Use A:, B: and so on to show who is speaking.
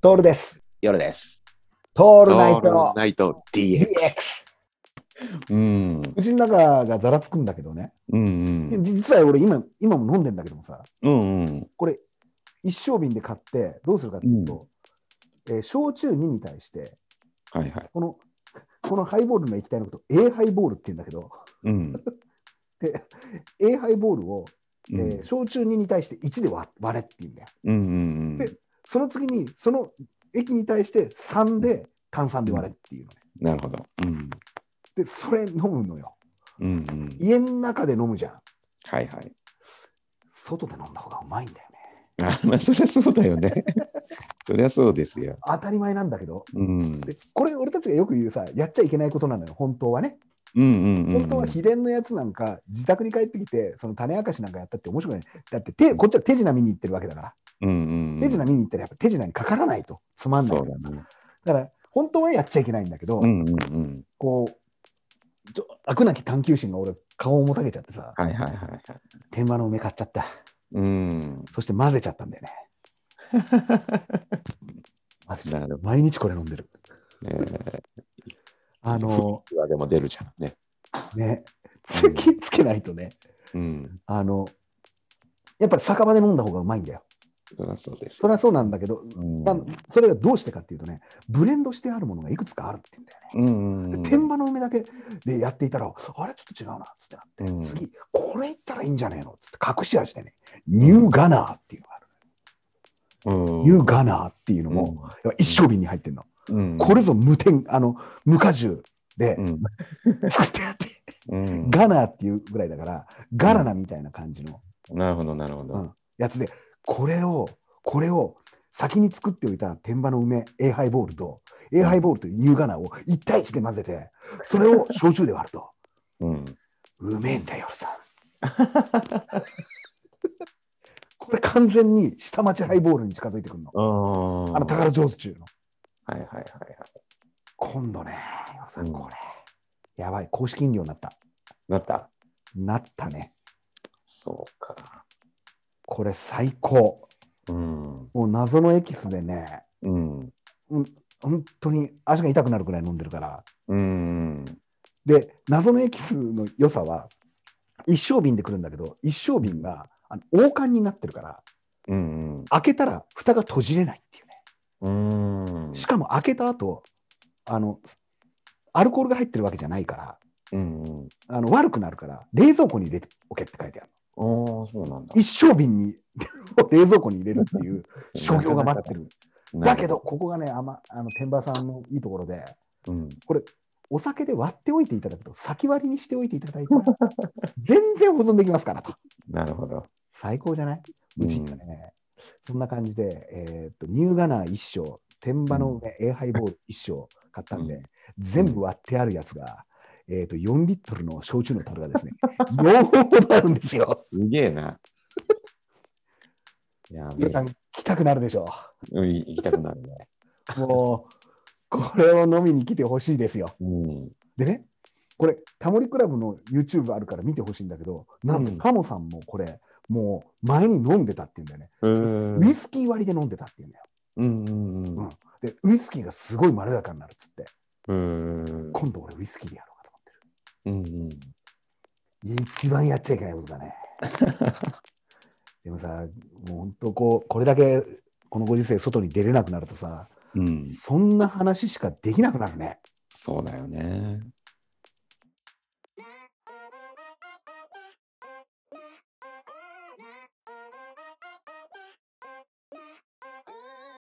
A: トールです。
B: 夜です。
A: ト
B: オ
A: ールナイト
B: ナイト DX。
A: DX。
B: うん。
A: うちの中がざらつくんだけどね。
B: うん
A: じ実は俺今、今も飲んでんだけどもさ、
B: うん。うん
A: これ、一升瓶で買って、どうするかっていうと、えー焼酎2に対して、
B: はいはい。
A: この、このハイボールの液体のことを A ハイボールって言うんだけど、
B: うん。
A: A ハイボールを、え
B: うん
A: ー焼酎2に対して1で割割れって言うんだよ。
B: うんうん
A: で。その次に、その液に対して3で炭酸で割れっていうのね。
B: なるほど。うん。
A: で、それ飲むのよ。
B: うんうん。
A: 家の中で飲むじゃん。
B: はいはい。
A: 外で飲んだ方がうまいんだよね。
B: あまあ、そりゃそうだよね。そりゃそうですよ。
A: 当たり前なんだけど、
B: うん。
A: でこれ、俺たちがよく言うさ、やっちゃいけないことなのよ、本当はね。
B: うんうんうん。
A: 本当は秘伝のやつなんか、自宅に帰ってきて、その種明かしなんかやったって面白くない。だって手、こっちは手品見に行ってるわけだから、
B: うんうん。
A: 手品見に行ったらやっぱ手品にかからないと、つまんない
B: そ
A: か
B: う
A: ら。
B: だね。
A: だから、本当はやっちゃいけないんだけど、
B: うんうんうん。
A: こう、ちょ悪なき探求心が俺、顔をもたげちゃってさ、
B: はいはいはいはい。
A: 天満の梅買っちゃった。
B: うん。
A: そして混ぜちゃったんだよ ね。混ぜちゃっ
B: なる
A: た
B: ほ
A: 毎日これ飲んでる。
B: ええ。
A: あの
B: いやでも出るじゃんね。
A: ね、つきつけないとね。
B: うん。
A: あの、やっぱり酒場で飲んだ方がうまいんだよ。
B: そりゃそうです
A: そ。れはそうなんだけど、
B: うん
A: まあそれがどうしてかっていうとね、ブレンドしてあるものがいくつかあるって言うんだよね。
B: うんうん。
A: 天場の梅だけでやっていたら、あれちょっと違うなっつってなって、
B: うん
A: 次、これいったらいいんじゃねえのっつって隠し味でね、ニューガナーっていうのがある。
B: うん
A: ニューガナーっていうのも、やっぱ一升瓶に入ってんの。
B: うん
A: これぞ無添、あの、無果汁で
B: うん
A: 作ってあって、
B: うん
A: ガナーっていうぐらいだから、ガラナみたいな感じの。
B: なるほど、なるほど。
A: うんやつでこれをこれを先に作っておいた天場の梅 A ハイボールと A ハイボールというニューガナーを1対1で混ぜてそれを焼酎で割ると
B: うん、
A: うめえんだよ夜さんこれ完全に下町ハイボールに近づいてくるの
B: あー
A: あの宝上手中の
B: はいはいはいはい。
A: 今度ね夜さ
B: うんん
A: これ、やばい公式飲料になった
B: なった
A: なったね
B: そうか。
A: これ最高
B: うん。
A: もう謎のエキスでね
B: うん。
A: うん本当に足が痛くなるくらい飲んでるから
B: うん。
A: で、謎のエキスの良さは、一升瓶で来るんだけど、一升瓶があの王冠になってるから、
B: うん。
A: 開けたら蓋が閉じれないっていうね。
B: うん。
A: しかも開けた後、あの、アルコールが入ってるわけじゃないから、
B: うん。うん。
A: あの悪くなるから、冷蔵庫に入れておけって書いてある。
B: ああ、そうなんだ。
A: 一升瓶に 冷蔵庫に入れるって いう所業が待ってる。
B: な
A: だ
B: かなか
A: けど、、ここがね、あま、あの天馬さんのいいところで、
B: うん。
A: お酒で割っておいていただくと、先割りにしておいていた だいて、全然保存できますからと。
B: なるほど。
A: 最高じゃない
B: うん
A: うちがね、そんな感じで、えーっと、ニューガナー1升、天馬の上、A ハイボール1升買ったんで、
B: う
A: 全部割ってあるやつが、えーっと、4リットルの焼酎の樽がですね、4本ほどあるんですよ。
B: すげえ な。いや、
A: 皆さん、来たくなるでしょ
B: うん行きたくなるね。
A: う。もう、これを飲みに来てほしいですよ。
B: うん。
A: でね、これ、タモリクラブの YouTube あるから見てほしいんだけど、なんと、
B: うん
A: カモさんもこれ、もう前に飲んでたっていうんだよね。
B: うん
A: ウイスキー割りで飲んでたっていうんだよ。
B: うんうんうん
A: で、ウイスキーがすごいまろやかになるっつって、
B: うん。
A: 今度俺ウイスキーでやろうかと
B: うんうん。
A: 思ってる。一番やっちゃいけないことだね。でもさ、もう本当こう、これだけこのご時世外に出れなくなるとさ、
B: うん。
A: そんな話しかできなくなるね。
B: そうだよね。